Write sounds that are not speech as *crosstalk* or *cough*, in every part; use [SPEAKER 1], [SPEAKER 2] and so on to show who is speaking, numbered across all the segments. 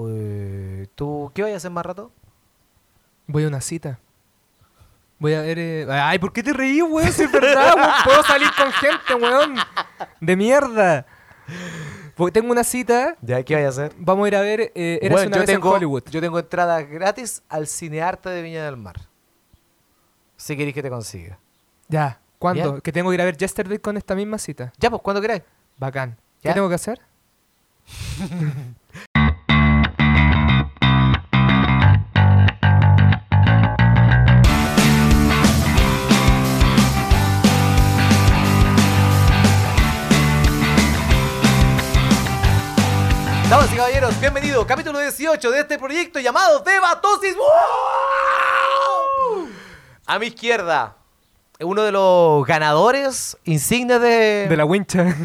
[SPEAKER 1] Eh, ¿Qué vais a hacer más rato?
[SPEAKER 2] Voy a una cita. Voy a ver. eh, Ay, ¿por qué te reí, weón? Si es verdad, weón. Puedo salir con gente, weón. De mierda. Voy- tengo una cita.
[SPEAKER 1] ¿Ya qué vais a hacer?
[SPEAKER 2] Vamos a ir a ver. Eh, Érase
[SPEAKER 1] Bueno,
[SPEAKER 2] una
[SPEAKER 1] yo,
[SPEAKER 2] vez
[SPEAKER 1] tengo,
[SPEAKER 2] en Hollywood.
[SPEAKER 1] yo tengo entradas gratis al Cinearte de Viña del Mar. Si queréis que te consiga.
[SPEAKER 2] Ya. ¿Cuándo?
[SPEAKER 1] Ya.
[SPEAKER 2] Que tengo que ir a ver Yesterday con esta misma cita.
[SPEAKER 1] Ya, pues cuando queráis.
[SPEAKER 2] Bacán.
[SPEAKER 1] Ya.
[SPEAKER 2] ¿Qué tengo que hacer?
[SPEAKER 1] Damas y caballeros, bienvenido. Capítulo 18 de este proyecto llamado Debatosis. ¡Wow! A mi izquierda, uno de los ganadores insignes de... *laughs*
[SPEAKER 2] De la wincha. *laughs*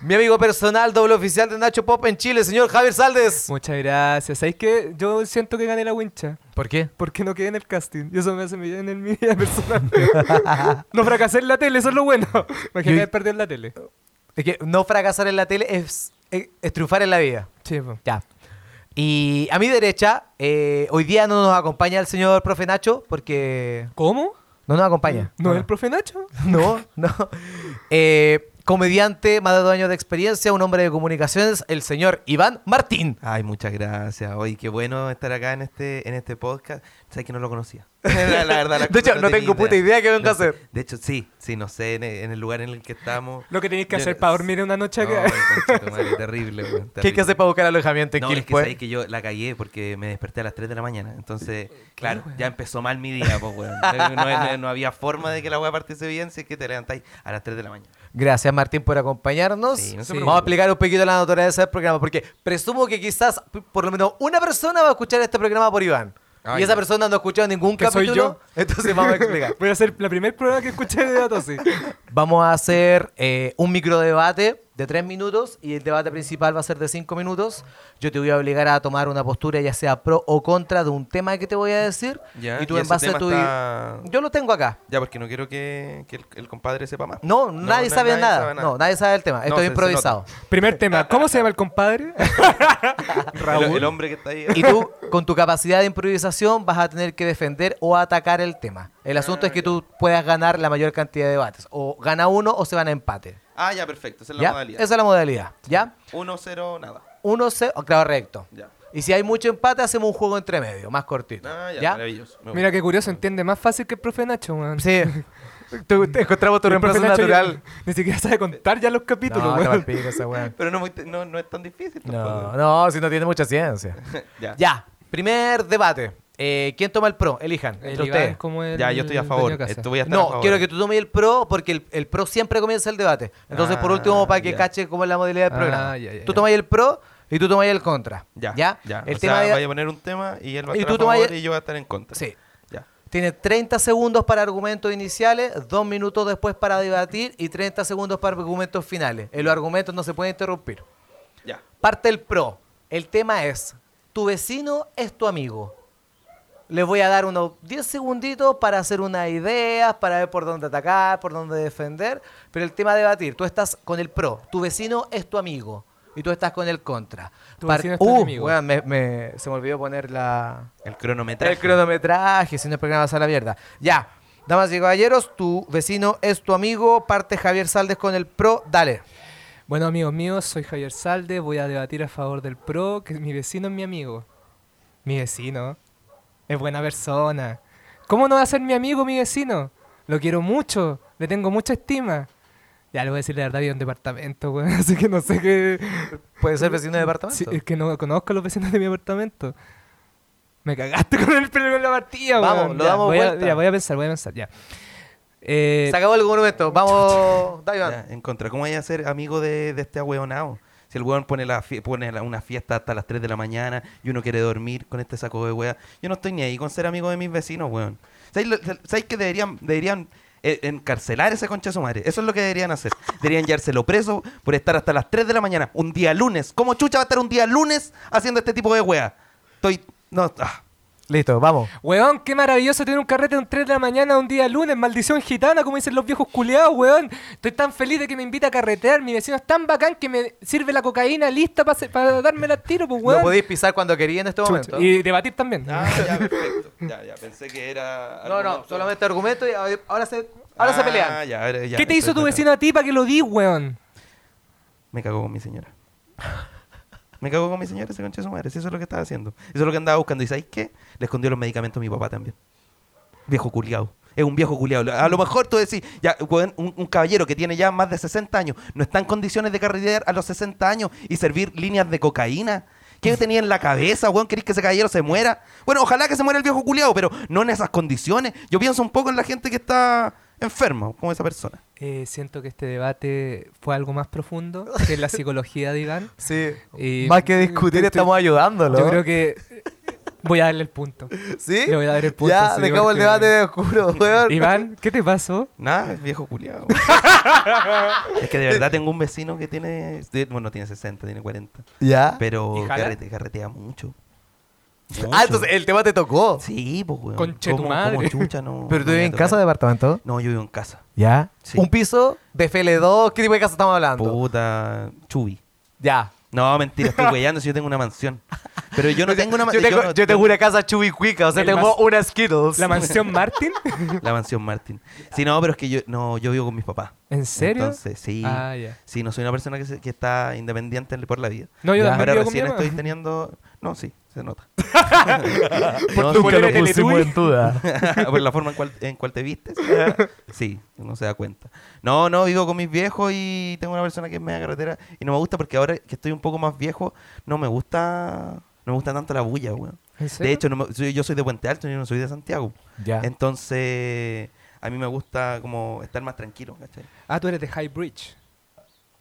[SPEAKER 1] Mi amigo personal, doble oficial de Nacho Pop en Chile, señor Javier Saldes.
[SPEAKER 2] Muchas gracias. ¿Sabéis qué? Yo siento que gané la wincha.
[SPEAKER 1] ¿Por qué?
[SPEAKER 2] Porque no quedé en el casting. Y eso me hace bien en *laughs* mi vida personal.
[SPEAKER 1] *laughs*
[SPEAKER 2] no fracasé en la tele, eso es lo bueno. Me
[SPEAKER 1] Yo-
[SPEAKER 2] quedé perdido en la tele.
[SPEAKER 1] Es que no fracasar en la tele es, es- es triunfar en la vida.
[SPEAKER 2] Sí, po.
[SPEAKER 1] Ya. Y a mi derecha, eh, hoy día no nos acompaña el señor profe Nacho porque
[SPEAKER 2] ¿Cómo?
[SPEAKER 1] no nos acompaña. Ah.
[SPEAKER 2] ¿No es el profe Nacho?
[SPEAKER 1] *laughs* No, no. Eh, comediante, más de dos años de experiencia, un hombre de comunicaciones, el señor Iván Martín.
[SPEAKER 3] Ay, muchas gracias. Oye, qué bueno estar acá en este, en este podcast. Sabes que no
[SPEAKER 1] *laughs*
[SPEAKER 3] lo conocía. La- la verdad, las
[SPEAKER 1] De hecho,
[SPEAKER 3] cosas
[SPEAKER 1] no tengo puta idea qué vengo
[SPEAKER 3] No
[SPEAKER 1] a hacer.
[SPEAKER 3] sé. De hecho, sí, sí, no sé, en el, en el lugar en el que estamos.
[SPEAKER 2] Lo que tenéis que
[SPEAKER 3] Yo-
[SPEAKER 2] hacer para dormir una noche
[SPEAKER 3] No,
[SPEAKER 2] *laughs* acá.
[SPEAKER 3] conchito madre, terrible,
[SPEAKER 1] *laughs*
[SPEAKER 3] weón,
[SPEAKER 1] ¿Qué hay que
[SPEAKER 3] terrible.
[SPEAKER 1] hacer para buscar alojamiento en
[SPEAKER 3] No, es que
[SPEAKER 1] Quilpué?
[SPEAKER 3] sabéis que yo la cagué porque me desperté a las 3 de la mañana. Entonces, claro, ya empezó mal mi día, pues, weón. No, no- no había forma de que la weá partiese bien si es que te levantáis a las 3 de la mañana.
[SPEAKER 1] Gracias Martín por acompañarnos.
[SPEAKER 3] Sí, no se
[SPEAKER 1] Vamos
[SPEAKER 3] preocupe.
[SPEAKER 1] a explicar un poquito la naturaleza del programa, porque presumo que quizás p- por lo menos una persona va a escuchar este programa por Iván.
[SPEAKER 3] Ay,
[SPEAKER 1] y esa
[SPEAKER 3] ya.
[SPEAKER 1] persona no ha escuchado ningún
[SPEAKER 2] Que soy
[SPEAKER 1] capítulo. Entonces vamos a explicar.
[SPEAKER 2] Voy a hacer la primera prueba que escuché de datos, sí.
[SPEAKER 1] vamos a hacer eh, un microdebate de tres minutos y el debate principal va a ser de cinco minutos. Yo te voy a obligar a tomar una postura ya sea pro o contra de un tema que te voy a decir.
[SPEAKER 3] Ya,
[SPEAKER 1] y tú
[SPEAKER 3] y
[SPEAKER 1] en
[SPEAKER 3] ese
[SPEAKER 1] base a
[SPEAKER 3] tema
[SPEAKER 1] tu...
[SPEAKER 3] está-
[SPEAKER 1] Yo lo tengo acá.
[SPEAKER 3] Ya, porque no quiero que, que el, el compadre sepa más.
[SPEAKER 1] No, nadie, sabe nada. No, nadie sabe el tema.
[SPEAKER 3] No,
[SPEAKER 1] Esto
[SPEAKER 3] se-
[SPEAKER 1] es
[SPEAKER 3] se nota.
[SPEAKER 1] improvisado.
[SPEAKER 3] *laughs*
[SPEAKER 2] Primer tema. ¿Cómo se llama el compadre? *laughs*
[SPEAKER 3] El, el hombre que está ahí.
[SPEAKER 1] Y tú, con tu capacidad de improvisación, vas a tener que defender o atacar el tema. El
[SPEAKER 3] Ah,
[SPEAKER 1] asunto es que tú puedas ganar la mayor cantidad de debates. O gana uno o se van a empate.
[SPEAKER 3] Ah, ya, perfecto. Esa es la
[SPEAKER 1] ¿Ya?
[SPEAKER 3] modalidad.
[SPEAKER 1] Esa es la modalidad. ¿Ya?
[SPEAKER 3] 1-0, nada.
[SPEAKER 1] Uno se... oh, claro, recto.
[SPEAKER 3] Ya.
[SPEAKER 1] Y si hay mucho empate, hacemos un juego entre medio, más cortito.
[SPEAKER 3] Ah, ya,
[SPEAKER 1] ¿Ya?
[SPEAKER 3] maravilloso. Me
[SPEAKER 2] Mira
[SPEAKER 3] gusta.
[SPEAKER 2] qué curioso, entiende más fácil que el profe Nacho, weón.
[SPEAKER 1] Sí. *laughs* Tú- te encontramos tu
[SPEAKER 2] El profe
[SPEAKER 1] reemplazo
[SPEAKER 2] Nacho ya-
[SPEAKER 1] natural.
[SPEAKER 2] Ni siquiera sabe contar ya los capítulos,
[SPEAKER 1] No, te
[SPEAKER 2] weón.
[SPEAKER 1] palpico esa weá.
[SPEAKER 3] *laughs* Pero no, muy te- no, no es tan difícil
[SPEAKER 1] *laughs* No,
[SPEAKER 3] tampoco.
[SPEAKER 1] no, si no tiene mucha ciencia.
[SPEAKER 3] *laughs* ya.
[SPEAKER 1] Ya, primer debate. Eh, ¿Quién toma el pro? Elijan, entre
[SPEAKER 2] El Iván
[SPEAKER 1] ustedes.
[SPEAKER 2] como el-
[SPEAKER 3] Ya, yo estoy a
[SPEAKER 2] el
[SPEAKER 3] favor.
[SPEAKER 2] dueño de casa.
[SPEAKER 3] Esto voy a estar a
[SPEAKER 1] No,
[SPEAKER 3] favor.
[SPEAKER 1] quiero que tú tomes el pro porque el, el pro siempre comienza el debate. Entonces, por
[SPEAKER 3] Ah,
[SPEAKER 1] último, para que
[SPEAKER 3] ya.
[SPEAKER 1] cache cómo es la modalidad del
[SPEAKER 2] Ah,
[SPEAKER 1] programa.
[SPEAKER 2] ya, ya,
[SPEAKER 1] tú
[SPEAKER 2] ya.
[SPEAKER 1] tomas el pro y tú tomas el contra.
[SPEAKER 3] Ya,
[SPEAKER 1] ¿Ya?
[SPEAKER 3] ya.
[SPEAKER 1] El
[SPEAKER 3] o
[SPEAKER 1] tema
[SPEAKER 3] sea,
[SPEAKER 1] de-
[SPEAKER 3] vaya a poner un tema y él va a
[SPEAKER 1] Y
[SPEAKER 3] estar
[SPEAKER 1] tú
[SPEAKER 3] a
[SPEAKER 1] te
[SPEAKER 3] favor
[SPEAKER 1] vaya-
[SPEAKER 3] y yo voy a estar en contra.
[SPEAKER 1] Sí.
[SPEAKER 3] Ya.
[SPEAKER 1] Tiene 30 segundos para argumentos iniciales, dos minutos después para debatir y 30 segundos para argumentos finales. En los argumentos no se puede interrumpir.
[SPEAKER 3] Ya.
[SPEAKER 1] Parte el pro. El tema es, tu vecino es tu amigo. Les voy a dar unos 10 segunditos para hacer unas ideas, para ver por dónde atacar, por dónde defender. Pero el tema de debatir, tú estás con el pro, tu vecino es tu amigo y tú estás con el contra.
[SPEAKER 2] Tu
[SPEAKER 1] Par-
[SPEAKER 2] vecino es tu
[SPEAKER 1] Uh,
[SPEAKER 2] enemigo.
[SPEAKER 1] weón, me- me- se me olvidó poner la,
[SPEAKER 3] El cronometraje.
[SPEAKER 1] el cronometraje, si no el programa a la mierda. Ya, damas y caballeros, tu vecino es tu amigo, parte Javier Saldes con el pro, dale.
[SPEAKER 2] Bueno, amigos míos, soy Javier Salde, voy a debatir a favor del pro, que mi vecino es mi amigo. Mi vecino es buena persona. ¿Cómo no va a ser mi amigo mi vecino? Lo quiero mucho, le tengo mucha estima. Ya le voy a decir la verdad, vivo en un departamento, weón, *laughs* así que no sé qué...
[SPEAKER 1] ¿Puede ser vecino de departamento?
[SPEAKER 2] Sí, es que no conozco a los vecinos de mi apartamento. Me cagaste *laughs* con el primero en la partida,
[SPEAKER 1] Vamos,
[SPEAKER 2] weón.
[SPEAKER 1] lo
[SPEAKER 2] Ya,
[SPEAKER 1] damos
[SPEAKER 2] voy a,
[SPEAKER 1] vuelta.
[SPEAKER 2] ya, voy a pensar, voy a pensar, ya. Eh,
[SPEAKER 1] Se acabó el monumento. Vamos, dale, Iván.
[SPEAKER 3] Ya, en contra. ¿Cómo vaya a ser amigo de, de este ahueonado? Si el weón pone, la fie- pone la- una fiesta hasta las 3 de la mañana y uno quiere dormir con este saco de wea. Yo no estoy ni ahí con ser amigo de mis vecinos, weón. ¿Sabéis lo- ¿Sabéis que deberían, deberían eh, encarcelar ese concha de su madre? Eso es lo que deberían hacer. Deberían llevárselo preso por estar hasta las 3 de la mañana, un día lunes. ¿Cómo chucha va a estar un día lunes haciendo este tipo de wea? Estoy. No. ah.
[SPEAKER 1] Listo, vamos.
[SPEAKER 2] Weón, qué maravilloso tener un carrete a un 3 de la mañana un día lunes, maldición gitana, como dicen los viejos culeados, weón. Estoy tan feliz de que me invita a carretear, mi vecino es tan bacán que me sirve la cocaína lista para darme la tiro, pues
[SPEAKER 1] Lo
[SPEAKER 2] weón.
[SPEAKER 1] podéis pisar cuando quería en este
[SPEAKER 2] Chucha,
[SPEAKER 1] momento.
[SPEAKER 2] y debatir también.
[SPEAKER 3] Ah, ya, perfecto. Ya, ya, pensé que era.
[SPEAKER 1] No, no,
[SPEAKER 3] argumento.
[SPEAKER 1] solamente argumento y ahora- ahora se, ahora se
[SPEAKER 3] Ah,
[SPEAKER 1] pelean.
[SPEAKER 3] ya, ahora ya,
[SPEAKER 2] ¿Qué te hizo
[SPEAKER 3] estoy
[SPEAKER 2] tu
[SPEAKER 3] de
[SPEAKER 2] vecino a ti para que lo di, weón?
[SPEAKER 3] acuerdo. Me cagó con mi señora. Me cagó con mi señora ese concha de su madre. Si eso es lo que estaba haciendo. Eso es lo que andaba buscando. ¿Y sabéis qué? Le escondió los medicamentos a mi papá también. Viejo culiao. Es un viejo culiao. A lo mejor tú decís, ya, weón, un, un caballero que tiene ya más de 60 años no está en condiciones de carretear a los 60 años y servir líneas de cocaína. ¿Qué tenía en la cabeza, weón? ¿Queréis que ese caballero se muera? Bueno, ojalá que se muera el viejo culiao, pero no en esas condiciones. Yo pienso un poco en la gente que está enferma, como esa persona.
[SPEAKER 2] Eh, siento que este debate fue algo más profundo que la psicología de Iván.
[SPEAKER 1] Sí.
[SPEAKER 2] Y-
[SPEAKER 1] Más que discutir,
[SPEAKER 2] Estoy-
[SPEAKER 1] estamos ayudándolo.
[SPEAKER 2] Yo creo que eh, voy a darle el
[SPEAKER 3] *laughs*
[SPEAKER 2] punto.
[SPEAKER 1] ¿Sí?
[SPEAKER 2] Le voy a dar el punto,
[SPEAKER 1] Ya,
[SPEAKER 2] sí,
[SPEAKER 1] dejamos el
[SPEAKER 2] porque-
[SPEAKER 1] debate de oscuro, *laughs* weón.
[SPEAKER 2] Iván, ¿qué te pasó?
[SPEAKER 3] Nada, es viejo culiado.
[SPEAKER 1] *laughs*
[SPEAKER 3] es que de verdad tengo un vecino que tiene. de- Bueno, tiene 60, tiene 40.
[SPEAKER 1] Ya.
[SPEAKER 3] Pero
[SPEAKER 2] ¿Y jala?
[SPEAKER 3] carrete, carretea mucho.
[SPEAKER 1] Ah, entonces el tema te tocó.
[SPEAKER 3] Sí, pues, weón.
[SPEAKER 2] Conche tu
[SPEAKER 3] Como-
[SPEAKER 2] madre.
[SPEAKER 3] como chucha, no.
[SPEAKER 1] *laughs* Pero tú
[SPEAKER 3] no voy a
[SPEAKER 1] vives en casa,
[SPEAKER 3] tocar.
[SPEAKER 1] departamento.
[SPEAKER 3] No, yo vivo en casa.
[SPEAKER 1] Ya.
[SPEAKER 3] Sí.
[SPEAKER 1] Un piso de FL2. ¿Qué tipo de casa estamos hablando?
[SPEAKER 3] Puta, chubi.
[SPEAKER 1] Ya.
[SPEAKER 3] No, mentira, estoy weyando si yo tengo una mansión. Pero yo no tengo una
[SPEAKER 1] Yo
[SPEAKER 3] mansión.
[SPEAKER 1] tengo, yo tengo una casa chubicuica, o sea,
[SPEAKER 2] El
[SPEAKER 1] tengo
[SPEAKER 2] más-
[SPEAKER 1] una Skittles.
[SPEAKER 2] ¿La mansión Martin?
[SPEAKER 3] La mansión Martín. Sí, no, pero es que yo, no, yo vivo con mis papás.
[SPEAKER 2] ¿En serio?
[SPEAKER 3] Entonces, sí.
[SPEAKER 2] Ah, ya.
[SPEAKER 3] Sí, no soy una persona que, se- que está independiente por la vida.
[SPEAKER 2] No, yo
[SPEAKER 1] Ya.
[SPEAKER 2] también
[SPEAKER 3] Ahora
[SPEAKER 2] vivo con mi
[SPEAKER 3] recién
[SPEAKER 2] mamá.
[SPEAKER 3] estoy teniendo. No, sí, se nota.
[SPEAKER 2] *laughs* Por
[SPEAKER 3] No,
[SPEAKER 2] tu
[SPEAKER 3] sí,
[SPEAKER 2] polera
[SPEAKER 3] lo
[SPEAKER 2] de
[SPEAKER 3] puse.
[SPEAKER 2] Teletubbies.
[SPEAKER 1] duda.
[SPEAKER 3] *laughs* Por la forma en cual, en cual
[SPEAKER 2] *laughs*
[SPEAKER 3] te vistes. sí, no se da cuenta. No, no, vivo con mis viejos y tengo una persona que es media carretera. Y no me gusta porque ahora que estoy un poco más viejo, no me gusta. No me gusta tanto la bulla, weón.
[SPEAKER 2] ¿En
[SPEAKER 3] De
[SPEAKER 2] serio?
[SPEAKER 3] hecho, no me- soy- yo soy de Puente Alto y no soy de Santiago.
[SPEAKER 1] Ya.
[SPEAKER 3] Entonces, a mí me gusta como estar más tranquilo, ¿cachai?
[SPEAKER 2] Ah, tú eres de High
[SPEAKER 1] *laughs*
[SPEAKER 2] Bridge.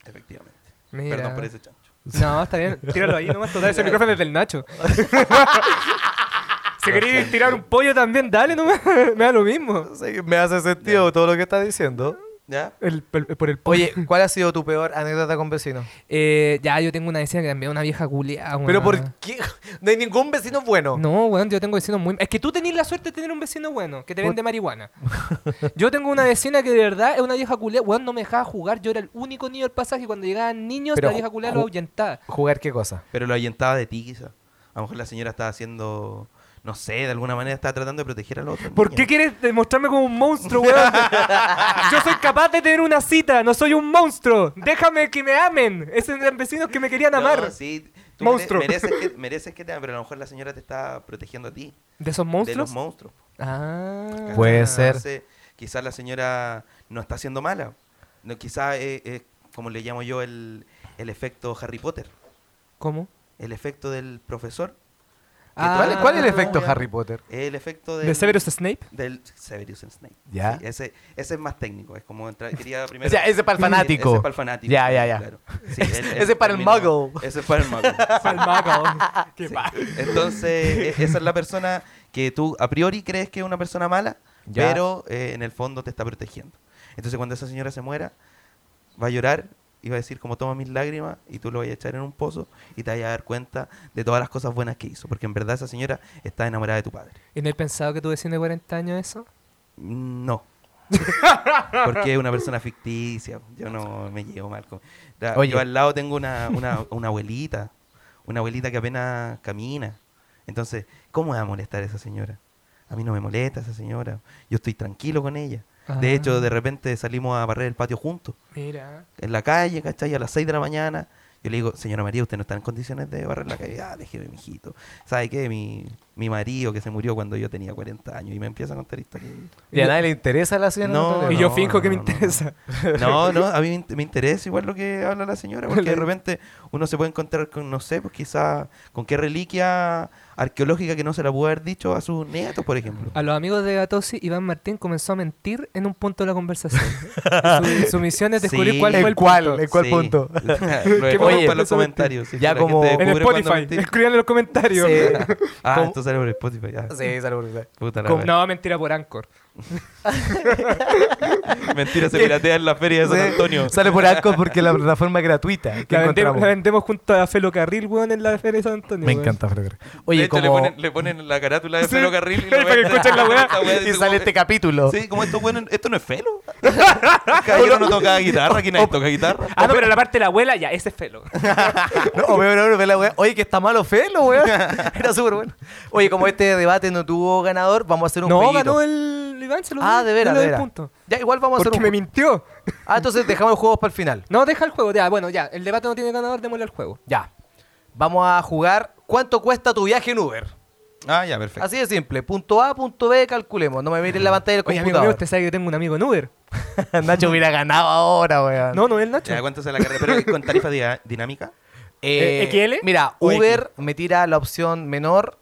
[SPEAKER 3] Efectivamente.
[SPEAKER 2] Mira.
[SPEAKER 3] Perdón por ese chancho.
[SPEAKER 2] No, está bien. Tíralo ahí nomás. Total,
[SPEAKER 1] *laughs*
[SPEAKER 2] ese micrófono es del Nacho. si queréis tirar un pollo también, dale nomás. *laughs* Me da lo mismo.
[SPEAKER 1] Sí, me hace sentido todo lo que estás diciendo.
[SPEAKER 3] ¿Ya?
[SPEAKER 2] El- el- por el pollo.
[SPEAKER 1] Oye, ¿cuál ha sido tu peor anécdota con vecino?
[SPEAKER 2] Eh, ya, yo tengo una vecina que también es una vieja culia.
[SPEAKER 1] Pero ¿por qué? No hay ningún vecino bueno.
[SPEAKER 2] No, weón, yo tengo vecinos muy... Es que tú tenés la suerte de tener un vecino bueno, que te vende
[SPEAKER 1] *laughs*
[SPEAKER 2] marihuana. yo tengo una vecina que de verdad es una vieja culia. Weón, no me dejaba jugar. Yo era el único niño del pasaje. y Cuando llegaban niños,
[SPEAKER 1] Pero
[SPEAKER 2] la vieja culia
[SPEAKER 1] ju-
[SPEAKER 2] lo ahuyentaba.
[SPEAKER 1] ¿Jugar qué cosa?
[SPEAKER 3] Pero lo ahuyentaba de ti, quizá. A lo mejor la señora estaba haciendo, no sé, de alguna manera estaba tratando de proteger al otro.
[SPEAKER 2] ¿Por qué quieres demostrarme como un monstruo, weón? Yo soy capaz de tener una cita, no soy un monstruo. Déjame que me amen. Esos eran vecinos que me querían amar.
[SPEAKER 3] sí, tú
[SPEAKER 2] Monstruo.
[SPEAKER 3] mere- Mereces
[SPEAKER 2] *laughs*
[SPEAKER 3] que, mereces que te amen, pero a lo mejor la señora te está protegiendo a ti.
[SPEAKER 2] ¿De esos
[SPEAKER 3] De los
[SPEAKER 2] monstruos?
[SPEAKER 3] monstruos.
[SPEAKER 2] ah.
[SPEAKER 1] Puede ser.
[SPEAKER 3] Entonces, quizás la señora no está siendo mala. No, quizás es, es, como le llamo yo, el, el efecto Harry Potter.
[SPEAKER 2] ¿Cómo?
[SPEAKER 3] El efecto del profesor.
[SPEAKER 2] Ah.
[SPEAKER 1] ¿Cuál, cuál es el efecto
[SPEAKER 3] ya.
[SPEAKER 1] Harry Potter?
[SPEAKER 3] El efecto del...
[SPEAKER 2] ¿De Severus Snape?
[SPEAKER 3] Del Severus Snape.
[SPEAKER 1] Ya.
[SPEAKER 3] Sí, ese, ese es más técnico. Es como entrar... Quería
[SPEAKER 1] *laughs*
[SPEAKER 3] primero...
[SPEAKER 1] O sea, ese para el fanático.
[SPEAKER 3] *clears throat* Ese es para el fanático.
[SPEAKER 1] Ya, ya, ya.
[SPEAKER 3] claro.
[SPEAKER 1] *laughs*
[SPEAKER 3] Sí, él- él
[SPEAKER 1] ese es para el
[SPEAKER 3] termina-
[SPEAKER 1] muggle.
[SPEAKER 3] Ese es para
[SPEAKER 1] *laughs*
[SPEAKER 3] el muggle.
[SPEAKER 2] Palmaca, Qué
[SPEAKER 3] Sí.
[SPEAKER 2] pa-
[SPEAKER 3] Entonces, e- esa es la persona que tú a priori crees que es una persona mala,
[SPEAKER 1] Ya.
[SPEAKER 3] pero eh, en el fondo te está protegiendo. Entonces, cuando esa señora se muera, va a llorar y va a decir como toma mis lágrimas y tú lo vas a echar en un pozo y te vas a dar cuenta de todas las cosas buenas que hizo, porque en verdad esa señora está enamorada de tu padre.
[SPEAKER 2] ¿Y no he pensado que tu vecino de 40 años eso?
[SPEAKER 3] Mm, No. Porque es una persona ficticia. Yo no me llevo mal con. La-
[SPEAKER 1] Oye.
[SPEAKER 3] Yo al lado tengo una, una, una abuelita. Una abuelita que apenas camina. Entonces, ¿cómo me va a molestar esa señora? A mí no me molesta esa señora. Yo estoy tranquilo con ella. De hecho,
[SPEAKER 2] Ah.
[SPEAKER 3] de repente salimos a barrer el patio juntos.
[SPEAKER 2] Mira.
[SPEAKER 3] En la calle, ¿cachai? A las 6 de la mañana. Yo le digo, señora María, usted no está en condiciones de barrer la calle. Ah, déjeme, mijito. ¿Sabe qué? Mi, mi marido que se murió cuando yo tenía 40 años. Y me empieza a contar historias.
[SPEAKER 1] ¿Y a nadie le interesa a la señora?
[SPEAKER 3] No,
[SPEAKER 1] Natalia?
[SPEAKER 2] y yo
[SPEAKER 3] no,
[SPEAKER 2] finjo que me
[SPEAKER 3] no, no,
[SPEAKER 2] interesa.
[SPEAKER 3] No, no, a mí me int- me interesa igual lo que habla la señora, porque de repente uno se puede encontrar con, no sé, pues quizá con qué reliquia arqueológica que no se la pudo haber dicho a sus nietos, por ejemplo.
[SPEAKER 2] A los amigos de Gatosi, Iván Martín comenzó a mentir en un punto de la conversación. su, su misión es descubrir
[SPEAKER 3] Sí.
[SPEAKER 2] cuál fue
[SPEAKER 1] ¿En
[SPEAKER 2] el
[SPEAKER 1] cuál?
[SPEAKER 2] punto.
[SPEAKER 1] ¿En cuál
[SPEAKER 3] Sí.
[SPEAKER 1] punto?
[SPEAKER 3] *laughs* Lo dejamos
[SPEAKER 1] Oye,
[SPEAKER 3] para los comentarios. si
[SPEAKER 1] ya
[SPEAKER 3] es que la
[SPEAKER 1] como-
[SPEAKER 3] gente
[SPEAKER 2] En
[SPEAKER 3] descubre cuando
[SPEAKER 2] Spotify. *laughs*
[SPEAKER 3] mentí.
[SPEAKER 2] Escriban en los comentarios.
[SPEAKER 1] Sí.
[SPEAKER 3] Ah,
[SPEAKER 1] ¿Cómo?
[SPEAKER 3] esto sale por Spotify. ya.
[SPEAKER 1] *laughs* Sí, saludos.
[SPEAKER 3] Puta la
[SPEAKER 2] Como-
[SPEAKER 3] wea.
[SPEAKER 2] No, mentira por Anchor.
[SPEAKER 3] *laughs* Mentira, se piratea en la feria de San Antonio.
[SPEAKER 4] Sale por Anchor porque la plataforma es gratuita. Que
[SPEAKER 2] La vendemos,
[SPEAKER 4] encontramos.
[SPEAKER 2] la vendemos junto a Felo Carril, weón, en la Feria de San Antonio.
[SPEAKER 4] Me
[SPEAKER 2] weón.
[SPEAKER 4] encanta Fred Gregor.
[SPEAKER 3] de
[SPEAKER 4] Oye,
[SPEAKER 3] hecho, le,
[SPEAKER 4] como.
[SPEAKER 3] ponen, le ponen la carátula de
[SPEAKER 2] Sí,
[SPEAKER 3] Felo Carril y
[SPEAKER 2] para que escuchen la
[SPEAKER 3] *laughs*
[SPEAKER 2] weá.
[SPEAKER 4] Y sale este capítulo.
[SPEAKER 3] Sí, como esto, bueno, esto no es Felo. Caballero no toca guitarra, aquí nadie toca guitarra.
[SPEAKER 2] Ah, no, pero la parte de la abuela ya, ese es Felo.
[SPEAKER 4] No, o peor aún, ve la weá, Oye, que está malo Felo, weón.
[SPEAKER 1] *laughs* Era súper bueno. Oye, como este debate no tuvo ganador, vamos a hacer un
[SPEAKER 2] No,
[SPEAKER 1] jueguito.
[SPEAKER 2] ganó el Iván, se lo
[SPEAKER 1] Ah,
[SPEAKER 2] doy,
[SPEAKER 1] de
[SPEAKER 2] yo
[SPEAKER 1] veras,
[SPEAKER 2] le
[SPEAKER 1] de
[SPEAKER 2] doy el
[SPEAKER 1] veras.
[SPEAKER 2] punto.
[SPEAKER 1] Ya, igual vamos a hacer
[SPEAKER 2] Porque
[SPEAKER 1] un
[SPEAKER 2] me
[SPEAKER 1] ju-
[SPEAKER 2] mintió.
[SPEAKER 1] Ah, entonces dejamos los juegos para el final.
[SPEAKER 2] No, deja el juego, ya, bueno, ya, el debate no tiene ganador, démosle al juego.
[SPEAKER 1] Ya. Vamos a jugar cuánto cuesta tu viaje en Uber.
[SPEAKER 3] Ah, ya, perfecto.
[SPEAKER 1] Así de simple. Punto A, punto B, calculemos. No me miren la pantalla del
[SPEAKER 2] Oye, amigo
[SPEAKER 1] computador.
[SPEAKER 2] mío, usted sabe que tengo un amigo en Uber.
[SPEAKER 1] *laughs*
[SPEAKER 4] Nacho hubiera ganado ahora,
[SPEAKER 1] Ah.
[SPEAKER 4] weón.
[SPEAKER 2] No, no, es el Nacho.
[SPEAKER 3] Ya, ¿cuánto es la carrera? ¿Pero con tarifa di- dinámica?
[SPEAKER 1] Eh,
[SPEAKER 2] ¿E- XL?
[SPEAKER 1] Mira,
[SPEAKER 2] ¿O X?
[SPEAKER 1] Uber me tira la opción menor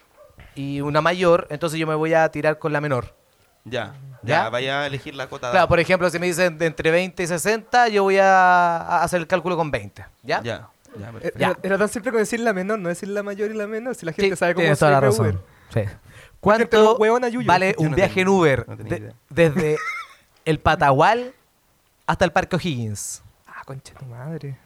[SPEAKER 1] y una mayor, entonces yo me voy a tirar con la menor.
[SPEAKER 3] Ya, ya,
[SPEAKER 1] ¿Ya?
[SPEAKER 3] vaya a elegir la cota.
[SPEAKER 1] Claro, por ejemplo, si me dicen de entre 20 y 60, yo voy a a hacer el cálculo con 20. ¿Ya?
[SPEAKER 3] Ya, ya, perfecto.
[SPEAKER 2] Eh,
[SPEAKER 1] Ya.
[SPEAKER 2] Era, era tan simple como decir la menor, no decir la mayor y la menor, si la *laughs* gente
[SPEAKER 1] Sí,
[SPEAKER 2] sabe cómo
[SPEAKER 1] tienes toda la
[SPEAKER 2] escribe
[SPEAKER 1] razón.
[SPEAKER 2] Uber.
[SPEAKER 1] Sí.
[SPEAKER 2] pegó
[SPEAKER 1] ¿Cuánto
[SPEAKER 2] hueón a Yuyo?
[SPEAKER 1] vale
[SPEAKER 3] Yo
[SPEAKER 1] un
[SPEAKER 3] no
[SPEAKER 1] viaje en
[SPEAKER 3] tenía-
[SPEAKER 1] Uber
[SPEAKER 3] no tenía
[SPEAKER 1] de-
[SPEAKER 3] idea.
[SPEAKER 1] desde *laughs* el Patagual hasta el Parque O'Higgins?
[SPEAKER 2] Ah, concha de tu madre.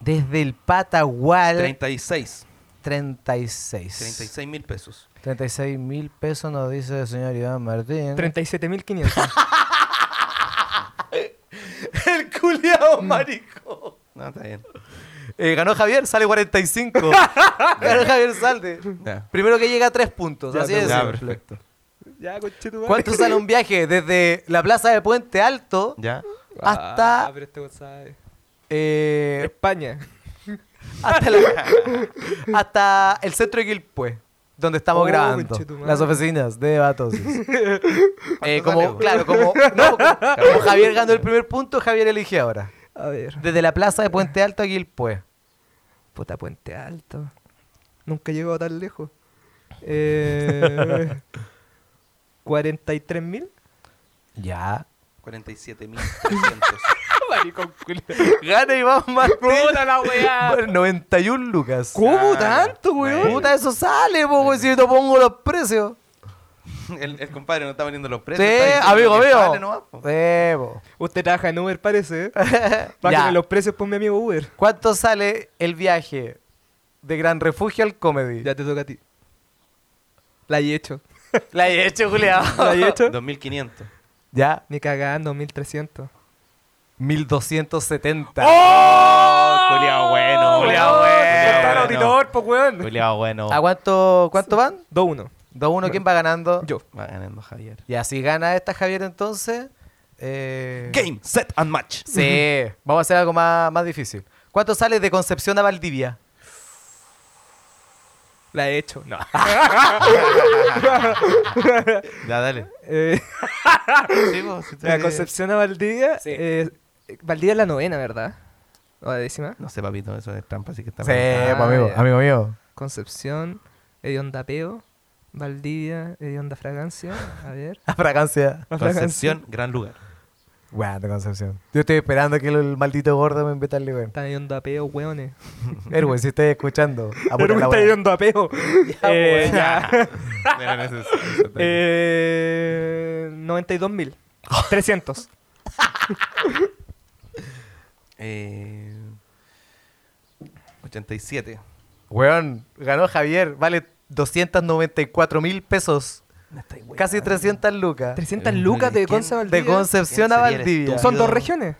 [SPEAKER 1] Desde el Patagual
[SPEAKER 3] 36.
[SPEAKER 1] 36.
[SPEAKER 3] 36 mil pesos.
[SPEAKER 1] 36 mil pesos nos dice el señor Iván Martín. *laughs*
[SPEAKER 2] 37.500.
[SPEAKER 1] el culiao
[SPEAKER 2] Oh, Mm.
[SPEAKER 1] marico.
[SPEAKER 3] No, Ah, está bien.
[SPEAKER 1] Eh, ganó Javier, sale 45. ganó Javier Salde.
[SPEAKER 3] Ya.
[SPEAKER 1] Primero que llega a tres puntos,
[SPEAKER 2] Ya,
[SPEAKER 1] así
[SPEAKER 2] no,
[SPEAKER 1] es.
[SPEAKER 3] Ya, perfecto.
[SPEAKER 2] ya, concha de tu madre.
[SPEAKER 1] ¿Cuánto sale un viaje desde la plaza de Puente Alto
[SPEAKER 3] Ya.
[SPEAKER 2] Ah,
[SPEAKER 1] hasta,
[SPEAKER 2] pero este weón sabe.
[SPEAKER 1] eh,
[SPEAKER 2] España.
[SPEAKER 1] hasta, la- *laughs* hasta el centro de Quilpue, donde estamos
[SPEAKER 2] Oh,
[SPEAKER 1] grabando
[SPEAKER 2] conchetumare.
[SPEAKER 1] las oficinas de Batosis? Eh, como,
[SPEAKER 3] sale?
[SPEAKER 1] claro, como, no, como Javier ganó el primer punto, Javier elige ahora.
[SPEAKER 2] A ver.
[SPEAKER 1] Desde la plaza de Puente Alto a Quilpue.
[SPEAKER 2] Puta Puente Alto. Nunca he llegado tan lejos. *laughs* Eh, 43 mil.
[SPEAKER 1] Ya.
[SPEAKER 3] 47 mil
[SPEAKER 2] Maricón culo.
[SPEAKER 1] Gana Iván Martín.
[SPEAKER 2] Puta la weá.
[SPEAKER 1] por 91 lucas.
[SPEAKER 2] ¿Cómo
[SPEAKER 3] Ah,
[SPEAKER 2] tanto,
[SPEAKER 3] bueno.
[SPEAKER 2] weón?
[SPEAKER 1] Puta, eso sale, po, weón, si yo te pongo los precios.
[SPEAKER 3] *laughs* el, el compadre no está poniendo los
[SPEAKER 1] Sí,
[SPEAKER 3] precios. está diciendo
[SPEAKER 1] amigo
[SPEAKER 3] lo que
[SPEAKER 1] mío.
[SPEAKER 3] sale nomás, po.
[SPEAKER 1] Sí, po.
[SPEAKER 2] Usted trabaja en Uber, parece. *laughs* ¿eh?
[SPEAKER 1] Ya.
[SPEAKER 2] Bájame los precios por mi amigo Uber.
[SPEAKER 1] ¿Cuánto sale el viaje de Gran Refugio al Comedy?
[SPEAKER 2] Ya te toca a ti. La he hecho.
[SPEAKER 1] La he hecho, Julián.
[SPEAKER 2] La *laughs* he hecho.
[SPEAKER 3] 2500.
[SPEAKER 1] *laughs* Ya,
[SPEAKER 2] Ni cagando, 1300.
[SPEAKER 1] 1270.
[SPEAKER 3] Oh, culiao bueno,
[SPEAKER 2] Oh,
[SPEAKER 1] culiao bueno.
[SPEAKER 3] Está el
[SPEAKER 2] auditor,
[SPEAKER 3] auditor,
[SPEAKER 2] pues, weón.
[SPEAKER 4] Juliado, bueno.
[SPEAKER 1] ¿A cuánto, cuánto van?
[SPEAKER 2] 2-1.
[SPEAKER 1] 2-1, ¿quién va ganando?
[SPEAKER 2] Yo.
[SPEAKER 3] Va ganando Javier.
[SPEAKER 1] Y así gana esta Javier entonces. eh,
[SPEAKER 3] Game, set and match.
[SPEAKER 1] Sí, vamos a hacer algo más, más difícil. ¿Cuánto sale de Concepción a Valdivia?
[SPEAKER 2] La he hecho. No.
[SPEAKER 3] Ya, dale.
[SPEAKER 2] Eh,
[SPEAKER 3] Sí, po, si tú
[SPEAKER 2] la
[SPEAKER 3] quieres.
[SPEAKER 2] Concepción a Valdivia.
[SPEAKER 1] Sí.
[SPEAKER 2] eh, Valdivia es la novena, ¿verdad? O la décima.
[SPEAKER 3] No sé, papito, eso es trampa, así que está
[SPEAKER 1] Sí,
[SPEAKER 3] mal.
[SPEAKER 2] Ah,
[SPEAKER 1] pues, amigo,
[SPEAKER 2] ya.
[SPEAKER 1] amigo *laughs* mío.
[SPEAKER 2] Concepción, Edionda Peo. Valdivia, Edionda Fragancia. A ver.
[SPEAKER 1] La fragancia.
[SPEAKER 2] La fragancia.
[SPEAKER 3] Concepción, gran lugar.
[SPEAKER 1] Bueno, de Concepción. Yo estoy esperando que el, el maldito gordo me invite al *laughs* weón.
[SPEAKER 2] Están Edionda Peo, weones.
[SPEAKER 1] Erwin, si estás escuchando,
[SPEAKER 3] Ah,
[SPEAKER 1] apura
[SPEAKER 2] Pero
[SPEAKER 1] la
[SPEAKER 2] está
[SPEAKER 1] weá.
[SPEAKER 2] Edionda Peo. Eh,
[SPEAKER 1] weón.
[SPEAKER 2] ya.
[SPEAKER 3] *laughs* Mira, en ese- ese está bien.
[SPEAKER 2] Eh, 92.000. 300.
[SPEAKER 3] Eh, 87.
[SPEAKER 1] Weón, ganó Javier. Vale 294 mil pesos. Casi 300 lucas.
[SPEAKER 2] 300 lucas de Conce a Valdivia.
[SPEAKER 1] De Concepción a
[SPEAKER 3] ¿Quién sería el
[SPEAKER 1] Valdivia.
[SPEAKER 3] estúpido?
[SPEAKER 2] Son dos regiones.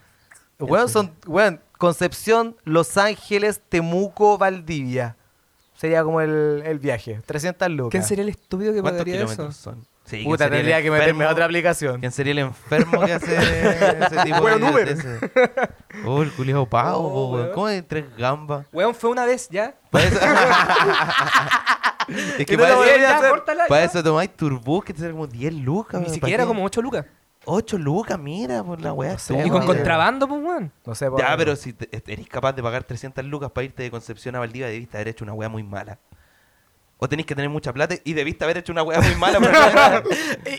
[SPEAKER 1] Weón, son, weón, Concepción, Los Ángeles, Temuco, Valdivia. Sería como el, el viaje. 300 lucas.
[SPEAKER 2] ¿Quién sería el estúpido que
[SPEAKER 3] ¿Cuántos
[SPEAKER 2] pagaría eso?
[SPEAKER 3] kilómetros son? Sí, ¿quién
[SPEAKER 1] Puta,
[SPEAKER 3] sería el
[SPEAKER 1] tendría que meterme a
[SPEAKER 3] enfermo?
[SPEAKER 1] otra aplicación.
[SPEAKER 3] ¿Quién sería el enfermo que hace ese tipo
[SPEAKER 2] Weón,
[SPEAKER 3] de,
[SPEAKER 2] Uber.
[SPEAKER 3] de ese- *laughs* Oh, el culiao pavo,
[SPEAKER 2] Oh,
[SPEAKER 3] po, weón.
[SPEAKER 2] weón.
[SPEAKER 3] ¿Cómo de tres
[SPEAKER 2] *laughs*
[SPEAKER 3] gambas?
[SPEAKER 2] Weón, fue una vez ya.
[SPEAKER 3] Para eso, es que
[SPEAKER 1] no
[SPEAKER 3] para,
[SPEAKER 1] lo volví
[SPEAKER 3] eso-
[SPEAKER 1] a
[SPEAKER 2] ya,
[SPEAKER 1] hacer.
[SPEAKER 2] córtala,
[SPEAKER 3] para
[SPEAKER 2] ya.
[SPEAKER 3] eso tomáis turbus que te salen como 10 lucas.
[SPEAKER 2] Ni
[SPEAKER 3] weón,
[SPEAKER 2] siquiera
[SPEAKER 3] ¿para qué?
[SPEAKER 2] como 8 lucas.
[SPEAKER 3] 8 lucas, mira, por la weá.
[SPEAKER 1] sé,
[SPEAKER 3] estúpida.
[SPEAKER 2] Y con
[SPEAKER 1] weón.
[SPEAKER 2] contrabando, pues, weón.
[SPEAKER 1] No sé, po,
[SPEAKER 3] Ya,
[SPEAKER 1] amigo. *laughs*
[SPEAKER 3] pero si te- eres capaz de pagar 300 lucas para irte de Concepción a Valdivia, debiste haber hecho una weá muy mala. o tenéis que tener mucha plata y debiste haber hecho una weá muy mala. Pero no era nada.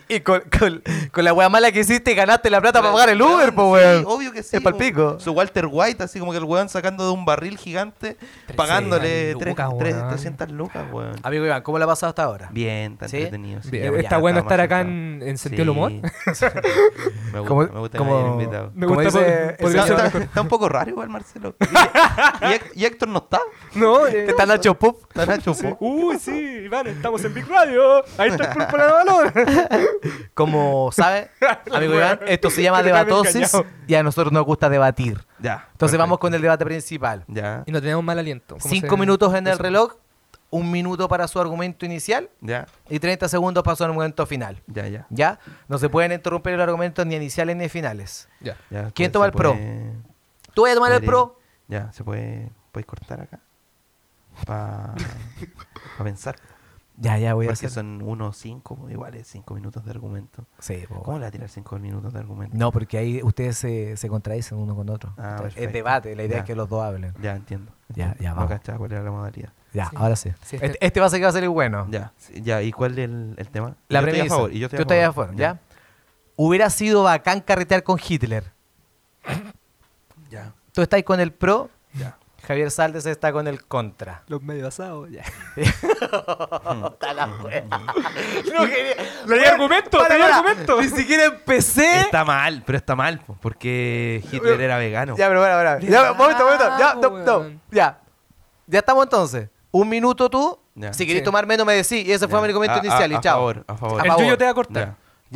[SPEAKER 4] y y con, con- con la wea mala que hiciste ganaste la plata para pagar el
[SPEAKER 3] Weón,
[SPEAKER 4] Uber, po,
[SPEAKER 3] sí,
[SPEAKER 4] weón.
[SPEAKER 3] obvio que sí.
[SPEAKER 4] Es
[SPEAKER 3] po.
[SPEAKER 4] palpico.
[SPEAKER 3] Su Walter White, así como que el weón sacando de un barril gigante, pagándole tres-
[SPEAKER 2] lucas,
[SPEAKER 3] tres-
[SPEAKER 2] weón.
[SPEAKER 3] 300 lucas, weón.
[SPEAKER 1] Amigo Iván, ¿cómo la ha pasado hasta ahora?
[SPEAKER 3] Bien, tan
[SPEAKER 1] Ah. ¿Sí?
[SPEAKER 3] entretenido. sí.
[SPEAKER 2] Bien,
[SPEAKER 3] Ya,
[SPEAKER 2] está
[SPEAKER 3] ya,
[SPEAKER 2] bueno
[SPEAKER 3] estaba
[SPEAKER 2] estar
[SPEAKER 3] más
[SPEAKER 2] acá
[SPEAKER 3] centrado.
[SPEAKER 2] en- en sentido del humor.
[SPEAKER 3] Sí.
[SPEAKER 2] *laughs*
[SPEAKER 3] me gusta,
[SPEAKER 1] Como-
[SPEAKER 3] me gusta
[SPEAKER 1] como-
[SPEAKER 3] que me hayan invitado.
[SPEAKER 2] Me
[SPEAKER 1] Como
[SPEAKER 2] gusta
[SPEAKER 1] dice
[SPEAKER 2] por-
[SPEAKER 1] el
[SPEAKER 2] podría
[SPEAKER 3] Está,
[SPEAKER 2] ser
[SPEAKER 3] está-
[SPEAKER 2] mejor.
[SPEAKER 3] está un poco raro igual, Marcelo. Y, y Héct- y Héctor no está.
[SPEAKER 2] *laughs* No, eh,
[SPEAKER 4] Está Nacho Pop.
[SPEAKER 3] Está Nacho
[SPEAKER 2] sí.
[SPEAKER 3] Po.
[SPEAKER 2] Uy, sí, Iván, estamos en Big Radio. Ahí está el pulpo de valor.
[SPEAKER 1] Como *laughs* sabe, amigo Iván, esto se llama
[SPEAKER 2] Que te habían
[SPEAKER 1] debatosis y a nosotros nos gusta debatir. Entonces
[SPEAKER 3] Ya.
[SPEAKER 1] vamos con el debate principal.
[SPEAKER 3] Ya,
[SPEAKER 2] Y no tenemos mal aliento. ¿Cómo
[SPEAKER 1] Cinco
[SPEAKER 2] se-
[SPEAKER 1] minutos en el
[SPEAKER 2] eso?
[SPEAKER 1] reloj, un minuto para su argumento inicial
[SPEAKER 3] ya,
[SPEAKER 1] y 30 segundos para su argumento final.
[SPEAKER 3] ya, ya.
[SPEAKER 1] ¿Ya? No se pueden interrumpir los argumentos ni iniciales ni finales.
[SPEAKER 2] Ya.
[SPEAKER 3] ya
[SPEAKER 1] ¿Quién
[SPEAKER 3] pues,
[SPEAKER 1] toma
[SPEAKER 3] se
[SPEAKER 1] el pro?
[SPEAKER 3] puede-
[SPEAKER 1] ¿Tú vas a tomar el pro?
[SPEAKER 3] Ya, se puede. ¿Puedes cortar acá?
[SPEAKER 1] *laughs*
[SPEAKER 3] Para pensar.
[SPEAKER 1] Ya, ya voy a
[SPEAKER 3] Porque
[SPEAKER 1] hacer.
[SPEAKER 3] son unos cinco, pues, igual es cinco minutos de argumento.
[SPEAKER 1] Sí, po.
[SPEAKER 3] ¿Cómo le va a tirar cinco minutos de argumento?
[SPEAKER 1] No, porque ahí ustedes se, se contradicen uno con otro.
[SPEAKER 3] Ah,
[SPEAKER 1] es
[SPEAKER 3] perfecto.
[SPEAKER 1] debate, la idea
[SPEAKER 3] Ya.
[SPEAKER 1] es que los dos hablen.
[SPEAKER 3] Ya, entiendo.
[SPEAKER 1] Ya, ya,
[SPEAKER 3] No
[SPEAKER 1] vamos.
[SPEAKER 3] cachaba cuál era la modalidad.
[SPEAKER 1] Ya,
[SPEAKER 2] Sí.
[SPEAKER 1] ahora sí.
[SPEAKER 2] Sí,
[SPEAKER 1] este,
[SPEAKER 2] este-
[SPEAKER 1] este va a ser que va a salir bueno.
[SPEAKER 3] Ya, sí, ya. ¿Y cuál es el, el tema?
[SPEAKER 1] La
[SPEAKER 3] yo estoy
[SPEAKER 1] premisa.
[SPEAKER 3] a favor. Y yo estoy
[SPEAKER 1] Tú
[SPEAKER 3] a favor.
[SPEAKER 1] estás a favor, ¿ya? Hubiera sido bacán carretear con Hitler.
[SPEAKER 3] Ya,
[SPEAKER 1] Tú estás con el pro,
[SPEAKER 3] ya.
[SPEAKER 1] Javier Saldes está con el contra.
[SPEAKER 2] Los medio asados, ya.
[SPEAKER 1] *laughs* Está la
[SPEAKER 2] *laughs*
[SPEAKER 1] wea.
[SPEAKER 2] Le di argumento, le di argumento.
[SPEAKER 4] Ni siquiera
[SPEAKER 1] ¿Eh?
[SPEAKER 4] empecé.
[SPEAKER 3] Está mal, pero está mal, po, porque
[SPEAKER 1] *laughs*
[SPEAKER 3] Hitler era vegano.
[SPEAKER 4] Ya, pero bueno, bueno. Ya,
[SPEAKER 2] Ya,
[SPEAKER 4] momento, momento. Ya, no,
[SPEAKER 2] weón.
[SPEAKER 4] no.
[SPEAKER 1] Ya. Ya estamos entonces. Un minuto tú.
[SPEAKER 3] Ya.
[SPEAKER 1] Si querés
[SPEAKER 2] Sí.
[SPEAKER 1] tomar menos, me decís. Y ese fue
[SPEAKER 3] Ya.
[SPEAKER 1] mi argumento
[SPEAKER 3] A- a-
[SPEAKER 1] inicial. y
[SPEAKER 3] a
[SPEAKER 1] chao.
[SPEAKER 3] favor, a favor.
[SPEAKER 1] A
[SPEAKER 2] El
[SPEAKER 1] favor.
[SPEAKER 2] tuyo te va a cortar.
[SPEAKER 3] Ya,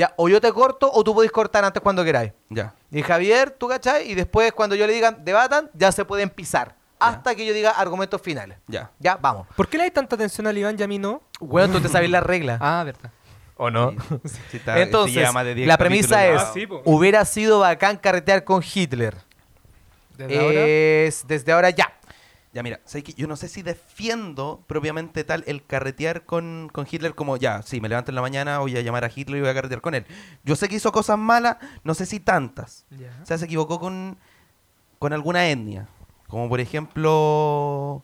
[SPEAKER 1] Ya, o yo te corto o tú podés cortar antes cuando queráis.
[SPEAKER 3] ya.
[SPEAKER 1] Y Javier, tú cachai, y después cuando yo le digan debatan, ya se pueden pisar. Hasta que yo diga argumentos finales.
[SPEAKER 3] Ya.
[SPEAKER 1] Ya, vamos.
[SPEAKER 2] ¿Por qué le hay tanta atención al Iván y a mí no?
[SPEAKER 1] Bueno, tú te sabes las reglas.
[SPEAKER 2] Ah, verdad.
[SPEAKER 1] ¿O no? *laughs*
[SPEAKER 3] Sí, sí, está- sí,
[SPEAKER 1] Entonces,
[SPEAKER 3] lleva más de 10
[SPEAKER 1] la premisa es,
[SPEAKER 3] capítulos.
[SPEAKER 2] Ah, sí, po.
[SPEAKER 1] hubiera sido bacán carretear con Hitler.
[SPEAKER 2] Desde
[SPEAKER 1] es desde ahora ya.
[SPEAKER 3] Ya, mira, sé que yo no sé si defiendo propiamente tal el carretear con, con Hitler como ya, sí, me levanto en la mañana, voy a llamar a Hitler y voy a carretear con él. Yo sé que hizo cosas malas, no sé si tantas.
[SPEAKER 2] ahora.
[SPEAKER 3] O sea, se equivocó con, con alguna etnia. Como por ejemplo.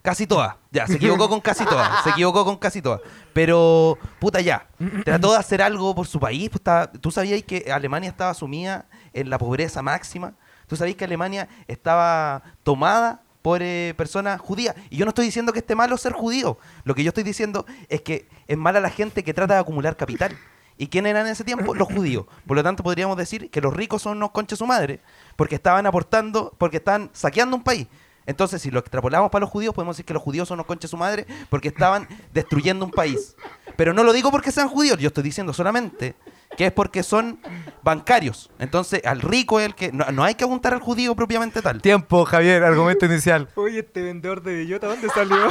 [SPEAKER 3] Casi todas. Ya, se equivocó con casi todas. Se equivocó con casi todas. Pero, puta, ya. Trató de hacer algo por su país. pues, estaba- Tú sabías que Alemania estaba sumida en la pobreza máxima. Tú sabías que Alemania estaba tomada por eh, personas judías. Y yo no estoy diciendo que esté malo ser judío. Lo que yo estoy diciendo es que es mala la gente que trata de acumular capital. ¿Y quién eran en ese tiempo? Los judíos. Por lo tanto, podríamos decir que los ricos son unos conches su madre, porque estaban aportando, porque estaban saqueando un país. Entonces, si lo extrapolamos para los judíos, podemos decir que los judíos son unos conches su madre, porque estaban destruyendo un país. Pero no lo digo porque sean judíos, yo estoy diciendo solamente que es porque son bancarios. Entonces, al rico es el que. No, no hay que apuntar al judío propiamente tal.
[SPEAKER 4] Tiempo, Javier,
[SPEAKER 1] *laughs*
[SPEAKER 4] argumento inicial.
[SPEAKER 2] Oye, este vendedor de bellota, ¿dónde salió? *laughs*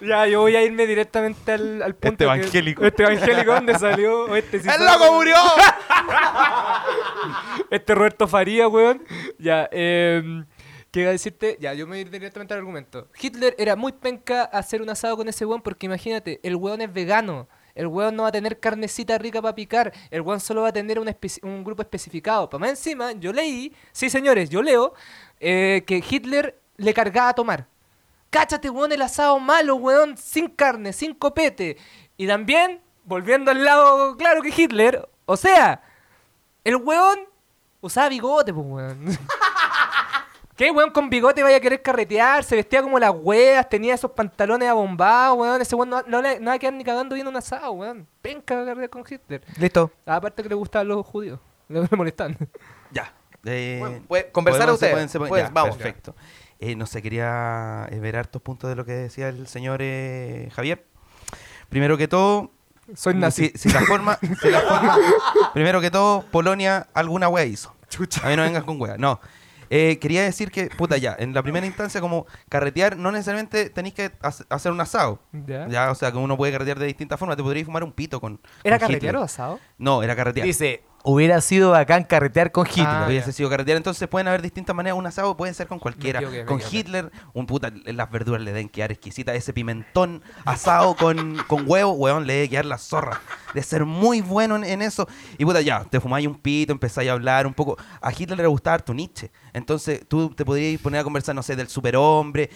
[SPEAKER 2] ya, yo voy a irme directamente al, al punto.
[SPEAKER 3] Este
[SPEAKER 2] que-
[SPEAKER 3] evangélico.
[SPEAKER 2] este evangélico, ¿dónde salió?
[SPEAKER 3] *laughs*
[SPEAKER 2] O este sí
[SPEAKER 3] ¡El
[SPEAKER 2] sabe.
[SPEAKER 3] loco *laughs* murió!
[SPEAKER 2] Este Roberto Faría, weón. Ya, eh. ¿Qué iba a decirte? Ya, yo me voy a ir directamente al argumento. Hitler era muy penca hacer un asado con ese weón porque imagínate, el weón es vegano. El weón no va a tener carnecita rica para picar. El weón solo va a tener una especi- un grupo especificado. Para más encima, yo leí, sí señores, yo leo, eh, que Hitler le cargaba a tomar. Cáchate, weón, el asado malo, weón, sin carne, sin copete. Y también, volviendo al lado claro que Hitler, o sea, el weón usaba bigote, pues, weón. *laughs* ¿Qué weón con bigote vaya a querer carretear? Se vestía como las weas, tenía esos pantalones abombados, weón. Ese weón no, no le- no va a quedar ni cagando bien un asado, weón. Penca carretear con Hitler.
[SPEAKER 1] Listo.
[SPEAKER 2] Aparte que le gustaban los judíos. *laughs* Le le molestan.
[SPEAKER 3] Ya. Eh,
[SPEAKER 1] Bueno, puede- conversar
[SPEAKER 3] podemos-
[SPEAKER 1] ustedes.
[SPEAKER 3] se pueden- se pueden-
[SPEAKER 1] Pues,
[SPEAKER 3] ya,
[SPEAKER 1] vamos.
[SPEAKER 3] Perfecto. Eh, no sé, quería eh, ver hartos puntos de lo que decía el señor eh, Javier. Primero que todo, eh,
[SPEAKER 2] Soy nazi.
[SPEAKER 3] si, si la forma,
[SPEAKER 2] *laughs*
[SPEAKER 3] si la forma- primero que todo, Polonia alguna wea hizo. A mí no vengas con wea. No. Eh, quería decir que, puta, ya, en la primera instancia, como carretear, no necesariamente tenéis que hace- hacer un asado.
[SPEAKER 2] Ya.
[SPEAKER 3] Ya, o sea, que uno puede carretear de distintas formas. Te podrías fumar un pito con.
[SPEAKER 2] ¿Era
[SPEAKER 3] con Hitler.
[SPEAKER 2] carretear o asado?
[SPEAKER 3] No, era carretear.
[SPEAKER 1] Dice, hubiera sido bacán carretear con Hitler. *laughs*
[SPEAKER 2] Ah,
[SPEAKER 3] hubiese
[SPEAKER 2] ya.
[SPEAKER 3] sido carretera. Entonces pueden haber distintas maneras. Un asado puede ser con cualquiera.
[SPEAKER 2] Me equivoqué, me
[SPEAKER 3] con
[SPEAKER 2] equivoqué.
[SPEAKER 3] Hitler, un puta, las verduras le deben quedar exquisitas. Ese pimentón asado con, con huevo, weón, le debe quedar la zorra. De ser muy bueno en, en eso. Y puta, ya, te fumáis un pito, empezáis a hablar un poco. A Hitler le gustaba harto Nietzsche. Entonces tú te podrías poner a conversar, no sé, del superhombre.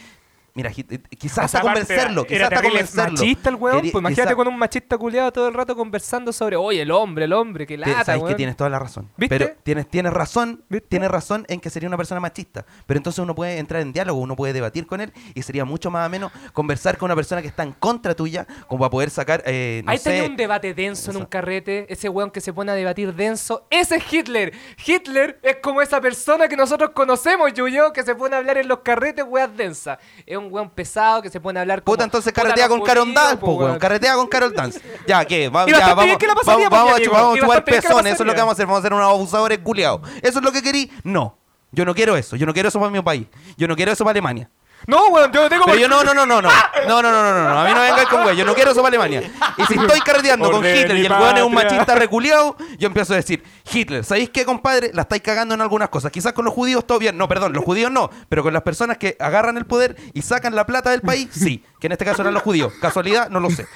[SPEAKER 3] Mira, hi- eh, quizás hasta
[SPEAKER 2] Aparte,
[SPEAKER 3] convencerlo.
[SPEAKER 2] era-
[SPEAKER 3] Quizás
[SPEAKER 2] era
[SPEAKER 3] hasta
[SPEAKER 2] terrible
[SPEAKER 3] convencerlo.
[SPEAKER 2] machista el weón.
[SPEAKER 3] Quería-
[SPEAKER 2] Pues imagínate
[SPEAKER 3] quizá-
[SPEAKER 2] con un machista culiado todo el rato conversando sobre, oye, el hombre, el hombre, que
[SPEAKER 3] Te-
[SPEAKER 2] lata,
[SPEAKER 3] sabes que
[SPEAKER 2] weón.
[SPEAKER 3] tienes toda la razón.
[SPEAKER 2] ¿Viste?
[SPEAKER 3] Pero tienes, tienes razón,
[SPEAKER 2] ¿Viste?
[SPEAKER 3] tienes razón en que sería una persona machista. Pero entonces uno puede entrar en diálogo, uno puede debatir con él y sería mucho más ameno conversar con una persona que está en contra tuya, como para poder sacar, eh, no
[SPEAKER 2] Ahí
[SPEAKER 3] sé,
[SPEAKER 2] tenía un debate denso en
[SPEAKER 3] Eso.
[SPEAKER 2] un carrete, ese weón que se pone a debatir denso, ese es Hitler. Hitler es como esa persona que nosotros conocemos, Yuyo, que se pone a hablar en los carretes, weas densas. Es un weón pesado que se pone a hablar como...
[SPEAKER 3] Puta, entonces
[SPEAKER 2] puta,
[SPEAKER 3] carretea
[SPEAKER 2] los
[SPEAKER 3] con Carol
[SPEAKER 2] judíos,
[SPEAKER 3] Dance, po,
[SPEAKER 2] po,
[SPEAKER 3] weón. Carretea con Carol
[SPEAKER 2] *laughs*
[SPEAKER 3] Dance. Ya, ¿qué? Va-
[SPEAKER 2] Y
[SPEAKER 3] ya,
[SPEAKER 2] bastante
[SPEAKER 3] vamos,
[SPEAKER 2] bien que la
[SPEAKER 3] vamos-
[SPEAKER 2] pasaría,
[SPEAKER 3] vamos
[SPEAKER 2] pues,
[SPEAKER 3] a
[SPEAKER 2] amigo.
[SPEAKER 3] chupar- vamos
[SPEAKER 2] Y
[SPEAKER 3] a chupar
[SPEAKER 2] bastante bien que la
[SPEAKER 3] pezones, eso es lo que
[SPEAKER 2] pasaría.
[SPEAKER 3] vamos a hacer, vamos a hacer unos abusadores culiados. ¿Eso es lo que querí? No. Yo no quiero eso, yo no quiero eso para mi país. Yo no quiero eso para Alemania.
[SPEAKER 2] No, weón, yo no tengo...
[SPEAKER 3] Pero
[SPEAKER 2] por-
[SPEAKER 3] yo no, no, no, no, no. No, no, no, no, no, no. A mí no me vengáis con güey. Yo no quiero eso para Alemania. Y si estoy carreteando con
[SPEAKER 2] Orden
[SPEAKER 3] Hitler
[SPEAKER 2] y
[SPEAKER 3] y el weón es un
[SPEAKER 2] patria.
[SPEAKER 3] machista reculeado, yo empiezo a decir, Hitler, ¿sabéis qué, compadre? La estáis cagando en algunas cosas. Quizás con los judíos todo bien. No, perdón, los judíos no. Pero con las personas que agarran el poder y sacan la plata del país, sí. Que en este caso eran los judíos. Casualidad, no lo sé.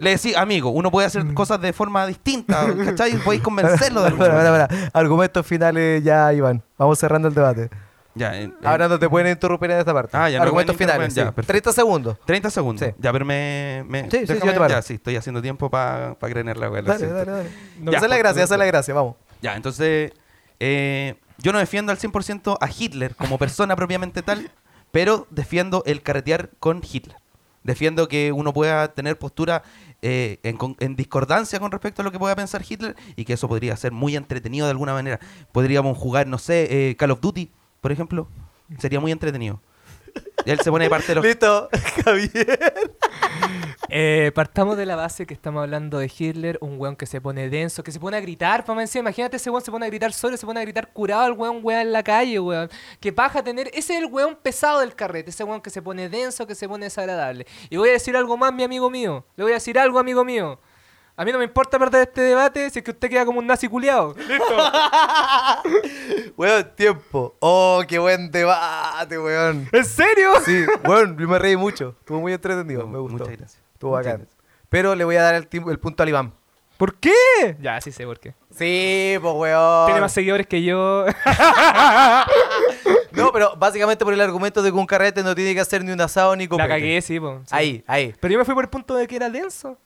[SPEAKER 3] Le decís, amigo, uno puede hacer cosas de forma distinta, ¿cachai? Podéis convencerlo de
[SPEAKER 1] Espera, espera,
[SPEAKER 3] alguna
[SPEAKER 1] espera. Argumentos finales ya, Iván. Vamos cerrando el debate.
[SPEAKER 3] Ya, eh, eh,
[SPEAKER 1] Ahora no te pueden interrumpir en esta parte.
[SPEAKER 3] Ah, ya no
[SPEAKER 1] Argumentos
[SPEAKER 3] me pueden
[SPEAKER 1] finales.
[SPEAKER 3] interrumpir, ya,
[SPEAKER 1] sí.
[SPEAKER 3] perfecto.
[SPEAKER 1] 30 segundos.
[SPEAKER 3] 30 segundos.
[SPEAKER 1] Sí.
[SPEAKER 3] Ya, pero me... me-
[SPEAKER 1] Sí, sí, sí, yo te
[SPEAKER 3] déjame-
[SPEAKER 1] paro.
[SPEAKER 3] ya, sí, estoy haciendo tiempo para creer la weá. lo
[SPEAKER 1] Dale,
[SPEAKER 3] siento.
[SPEAKER 1] dale, dale.
[SPEAKER 3] No,
[SPEAKER 1] Esa es la
[SPEAKER 3] por
[SPEAKER 1] gracia, esa es
[SPEAKER 3] favor.
[SPEAKER 1] la gracia. Vamos.
[SPEAKER 3] Ya, entonces eh, yo no defiendo al 100% a Hitler como persona *laughs* propiamente tal, pero defiendo el carretear con Hitler. Defiendo que uno pueda tener postura eh, en, con- en discordancia con respecto a lo que pueda pensar Hitler y que eso podría ser muy entretenido de alguna manera. Podríamos jugar, no sé, eh, Call of Duty, por ejemplo. Sería muy entretenido. Él se pone
[SPEAKER 1] *laughs*
[SPEAKER 3] de parte de los...
[SPEAKER 1] Listo, Javier.
[SPEAKER 2] Eh, partamos de la base que estamos hablando de Hitler, un weón que se pone denso, que se pone a gritar, pa' encima. Imagínate ese weón se pone a gritar solo, se pone a gritar curado el weón, weón en la calle, weón. Que paja tener. Ese es el weón pesado del carrete, ese weón que se pone denso, que se pone desagradable. Y voy a decir algo más, mi amigo mío. Le voy a decir algo, amigo mío. A mí no me importa perder este debate si es que usted queda como un nazi culiado.
[SPEAKER 1] Weón, tiempo. Oh, qué buen debate, weón.
[SPEAKER 2] *laughs* ¿En serio?
[SPEAKER 1] Sí, weón, yo me reí mucho. Estuvo muy entretenido,
[SPEAKER 3] No,
[SPEAKER 1] me gustó.
[SPEAKER 3] muchas gracias.
[SPEAKER 1] Estuvo
[SPEAKER 3] Muchas
[SPEAKER 1] bacán.
[SPEAKER 3] gracias.
[SPEAKER 1] Pero le voy a dar el, tim- el punto al Iván.
[SPEAKER 2] ¿Por qué? Ya, sí sé por qué.
[SPEAKER 1] Sí, pues weón.
[SPEAKER 2] Tiene más seguidores que yo.
[SPEAKER 1] No, pero básicamente por el argumento de que un carrete no tiene que hacer ni un asado ni
[SPEAKER 2] *laughs* la
[SPEAKER 1] copete.
[SPEAKER 2] cagué, sí, po. sí.
[SPEAKER 1] Ahí, ahí.
[SPEAKER 2] Pero yo me fui por el punto de que era denso.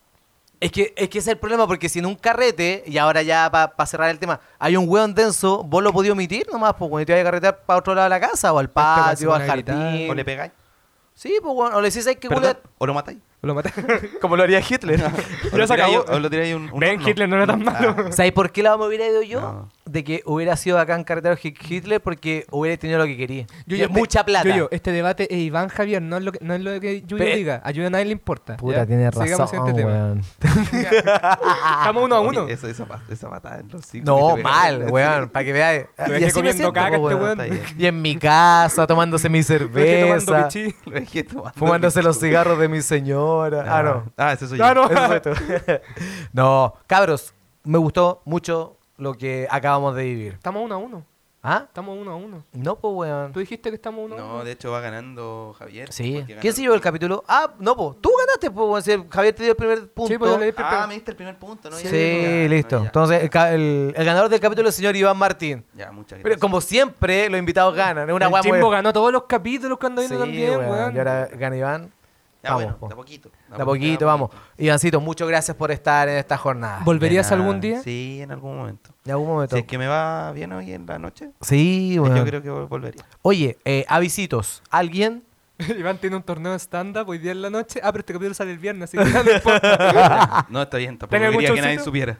[SPEAKER 1] Es que, es que ese es el problema, porque si en un carrete, y ahora ya para cerrar el tema, hay un weón denso, vos lo podías omitir nomás, pues cuando te vayas a carretear para otro lado de la casa, o al
[SPEAKER 2] Este weón
[SPEAKER 1] patio,
[SPEAKER 2] se
[SPEAKER 1] al
[SPEAKER 2] pone a gritar.
[SPEAKER 1] jardín.
[SPEAKER 3] O le pegáis,
[SPEAKER 1] Sí, pues weón, o le decís, "Ay, que
[SPEAKER 3] perdón,
[SPEAKER 1] culiar".
[SPEAKER 3] o lo matáis.
[SPEAKER 2] Lo *laughs* maté.
[SPEAKER 1] Como lo haría Hitler.
[SPEAKER 2] *laughs*
[SPEAKER 3] O
[SPEAKER 2] Ya
[SPEAKER 3] lo
[SPEAKER 2] se
[SPEAKER 3] tiráis-
[SPEAKER 2] acabó.
[SPEAKER 3] o lo tiráis un, un
[SPEAKER 2] Ven,
[SPEAKER 3] horno.
[SPEAKER 2] Hitler no era tan
[SPEAKER 1] *laughs*
[SPEAKER 2] malo.
[SPEAKER 1] ¿Sabes por qué la me hubiera ido yo?
[SPEAKER 3] No.
[SPEAKER 1] De que hubiera sido acá en Carretero Hitler porque hubiera tenido lo que quería.
[SPEAKER 2] Yo-
[SPEAKER 1] Que
[SPEAKER 2] yo-
[SPEAKER 1] es mucha plata.
[SPEAKER 2] Yo, yo, este debate es Iván Javier, no es lo que, no es lo que Yuyo
[SPEAKER 1] Pe-
[SPEAKER 2] diga. A Yuyo nadie le importa.
[SPEAKER 1] Puta,
[SPEAKER 2] ¿ya?
[SPEAKER 1] tienes
[SPEAKER 2] Sigamos
[SPEAKER 1] razón,
[SPEAKER 2] en este tema.
[SPEAKER 1] weón.
[SPEAKER 2] Estamos uno a uno.
[SPEAKER 3] Eso, esa, pa- esa patada en los hijos que
[SPEAKER 1] No,
[SPEAKER 3] te
[SPEAKER 1] mal,
[SPEAKER 3] *laughs* pegáis.
[SPEAKER 1] weón, para que veáis. Ah,
[SPEAKER 2] Lo dejé
[SPEAKER 1] así me
[SPEAKER 2] comiendo
[SPEAKER 1] siento,
[SPEAKER 2] caca
[SPEAKER 1] po,
[SPEAKER 2] este
[SPEAKER 1] weón.
[SPEAKER 2] weón.
[SPEAKER 3] Está bien.
[SPEAKER 1] Y en mi casa, tomándose
[SPEAKER 2] *laughs*
[SPEAKER 1] mi
[SPEAKER 2] Lo dejé tomando
[SPEAKER 1] cerveza,
[SPEAKER 2] pichí.
[SPEAKER 3] Lo dejé tomando
[SPEAKER 1] fumándose
[SPEAKER 3] el
[SPEAKER 1] los
[SPEAKER 3] bicho.
[SPEAKER 1] cigarros de mi señora. Ah, no.
[SPEAKER 3] Ah, ese soy
[SPEAKER 2] Ah, no.
[SPEAKER 3] yo.
[SPEAKER 1] Eso fue tú. *laughs* no, cabros, me gustó mucho lo que acabamos de vivir.
[SPEAKER 2] Estamos uno a uno.
[SPEAKER 1] ¿Ah?
[SPEAKER 2] Estamos uno a uno.
[SPEAKER 1] No, pues, weón.
[SPEAKER 2] Tú dijiste que estamos uno a uno.
[SPEAKER 3] No, de hecho va ganando Javier.
[SPEAKER 1] Sí.
[SPEAKER 3] porque
[SPEAKER 1] ¿Quién
[SPEAKER 3] ganó-
[SPEAKER 1] se llevó el capítulo? Ah, no, pues. Tú ganaste, pues, weón. si Javier te dio el primer punto.
[SPEAKER 2] Sí, pues yo le di pues, pe-
[SPEAKER 3] Ah,
[SPEAKER 2] pe-
[SPEAKER 3] me diste el primer punto, ¿no?
[SPEAKER 1] Sí,
[SPEAKER 3] Ya, ya, ya,
[SPEAKER 1] listo.
[SPEAKER 3] ya.
[SPEAKER 1] Entonces, el, ca- el- el ganador del capítulo es el señor Iván Martín.
[SPEAKER 3] Ya, muchas gracias.
[SPEAKER 1] Pero como siempre, los invitados ganan. Es una
[SPEAKER 2] el
[SPEAKER 1] guay muy...
[SPEAKER 2] Jimbo ganó todos los capítulos cuando vino
[SPEAKER 1] Sí,
[SPEAKER 2] también,
[SPEAKER 1] weón,
[SPEAKER 2] weón.
[SPEAKER 1] Y ahora gana Iván.
[SPEAKER 3] Ya,
[SPEAKER 1] vamos,
[SPEAKER 3] bueno,
[SPEAKER 1] po.
[SPEAKER 3] de a poquito.
[SPEAKER 1] De a poquito, vamos. Ivancito, muchas gracias por estar en esta jornada.
[SPEAKER 2] ¿Volverías
[SPEAKER 3] De nada.
[SPEAKER 2] algún día?
[SPEAKER 3] Sí, en algún momento.
[SPEAKER 1] En algún momento.
[SPEAKER 3] Si es que me va bien hoy en la noche,
[SPEAKER 1] Sí, weón.
[SPEAKER 3] yo creo que vol- volvería.
[SPEAKER 1] Oye, eh, avisitos. ¿Alguien?
[SPEAKER 2] *laughs* Iván tiene un torneo de stand-up hoy día en la noche. Ah, pero este capítulo sale el viernes, así que ya no importa.
[SPEAKER 1] Ah.
[SPEAKER 3] No, está bien, tampoco
[SPEAKER 2] ¿Tenés algún
[SPEAKER 3] quería que nadie
[SPEAKER 2] showcito? *laughs*
[SPEAKER 3] supiera.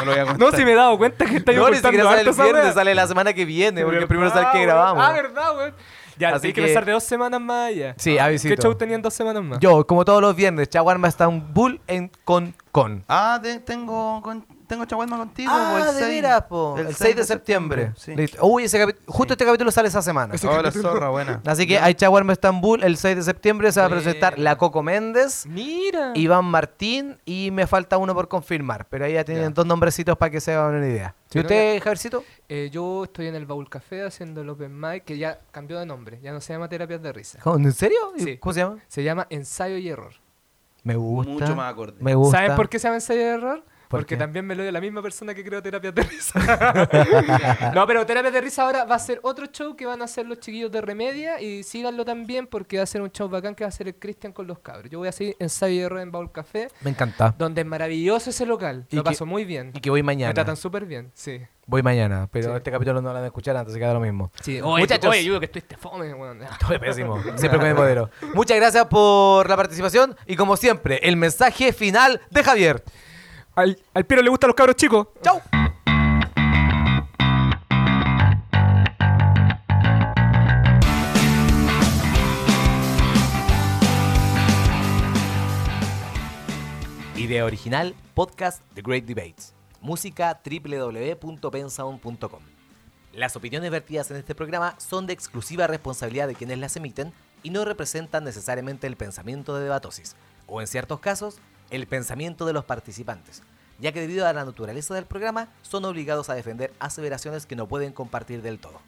[SPEAKER 3] no lo voy a contar.
[SPEAKER 2] no, si me he dado cuenta que está
[SPEAKER 1] No, ni siquiera sale el
[SPEAKER 2] harto esa
[SPEAKER 1] viernes,
[SPEAKER 2] wea.
[SPEAKER 1] sale la semana que viene, porque
[SPEAKER 2] ¿Verdad,
[SPEAKER 1] primero sale que
[SPEAKER 2] weón?
[SPEAKER 1] grabamos.
[SPEAKER 2] Ah, verdad, weón. Ya,
[SPEAKER 1] Así
[SPEAKER 2] así que,
[SPEAKER 1] que-
[SPEAKER 2] pensar de dos semanas más allá.
[SPEAKER 1] Sí, avisito.
[SPEAKER 2] ¿Qué show tenían dos semanas más?
[SPEAKER 1] Yo, como todos los viernes, Chaguarma está un bull en con con.
[SPEAKER 3] Ah, te- tengo, con- tengo chaguarma contigo. po, el
[SPEAKER 1] Ah, de
[SPEAKER 3] seis.
[SPEAKER 1] veras, po. El, 6 de septiembre.
[SPEAKER 3] Sí.
[SPEAKER 1] Listo. Uy, ese capi- justo este capítulo sale esa semana.
[SPEAKER 3] Hola, zorra, buena.
[SPEAKER 1] Así que hay Chaguarma Estambul el 6 de septiembre. Se va a presentar
[SPEAKER 2] Buena.
[SPEAKER 1] la Coco Méndez,
[SPEAKER 2] Mira.
[SPEAKER 1] Iván Martín y me falta uno por confirmar. Pero ahí ya tienen dos nombrecitos para que se hagan una idea. ¿Y
[SPEAKER 2] Pero
[SPEAKER 1] usted, Javiercito?
[SPEAKER 2] Eh, yo estoy en el Baúl Café haciendo el Open Mic, que ya cambió de nombre. Ya no se llama Terapias de Risa.
[SPEAKER 1] ¿Cómo- ¿En serio? ¿Y
[SPEAKER 2] Sí.
[SPEAKER 1] ¿Cómo se llama?
[SPEAKER 2] Se llama Ensayo y Error.
[SPEAKER 1] Me gusta.
[SPEAKER 3] Mucho más acorde.
[SPEAKER 1] Me gusta.
[SPEAKER 2] ¿Saben por qué se llama Ensayo y Error?
[SPEAKER 1] ¿Por
[SPEAKER 2] Porque
[SPEAKER 1] qué?
[SPEAKER 2] también me lo dio la misma persona que creó terapias de risa. *laughs* no, pero terapias de risa ahora va a ser otro show que van a hacer los chiquillos de Remedia y síganlo también porque va a ser un show bacán que va a hacer el Cristian con los cabros. Yo voy a seguir ensayo y error en Baúl Café,
[SPEAKER 1] Me encanta.
[SPEAKER 2] donde es maravilloso ese local.
[SPEAKER 1] Y
[SPEAKER 2] Lo
[SPEAKER 1] que-
[SPEAKER 2] paso muy bien.
[SPEAKER 1] Y que voy mañana.
[SPEAKER 2] Me tratan súper bien, sí.
[SPEAKER 1] Voy mañana, pero
[SPEAKER 2] Sí.
[SPEAKER 1] este capítulo no lo van a escuchar antes, se queda lo mismo.
[SPEAKER 2] sí. Oye,
[SPEAKER 1] Muchachos.
[SPEAKER 2] oye, yo creo que estuviste fome, weón.
[SPEAKER 1] *laughs* Todo es pésimo. Siempre con el modelo. Muchas gracias por la participación y como siempre, el mensaje final de Javier.
[SPEAKER 2] Al, al Piero le gustan los cabros chicos.
[SPEAKER 1] ¡Chau! Idea original, podcast The Great Debates. Música www.pensound.com. Las opiniones vertidas en este programa son de exclusiva responsabilidad de quienes las emiten y no representan necesariamente el pensamiento de Debatosis, o en ciertos casos, el pensamiento de los participantes, ya que debido a la naturaleza del programa son obligados a defender aseveraciones que no pueden compartir del todo.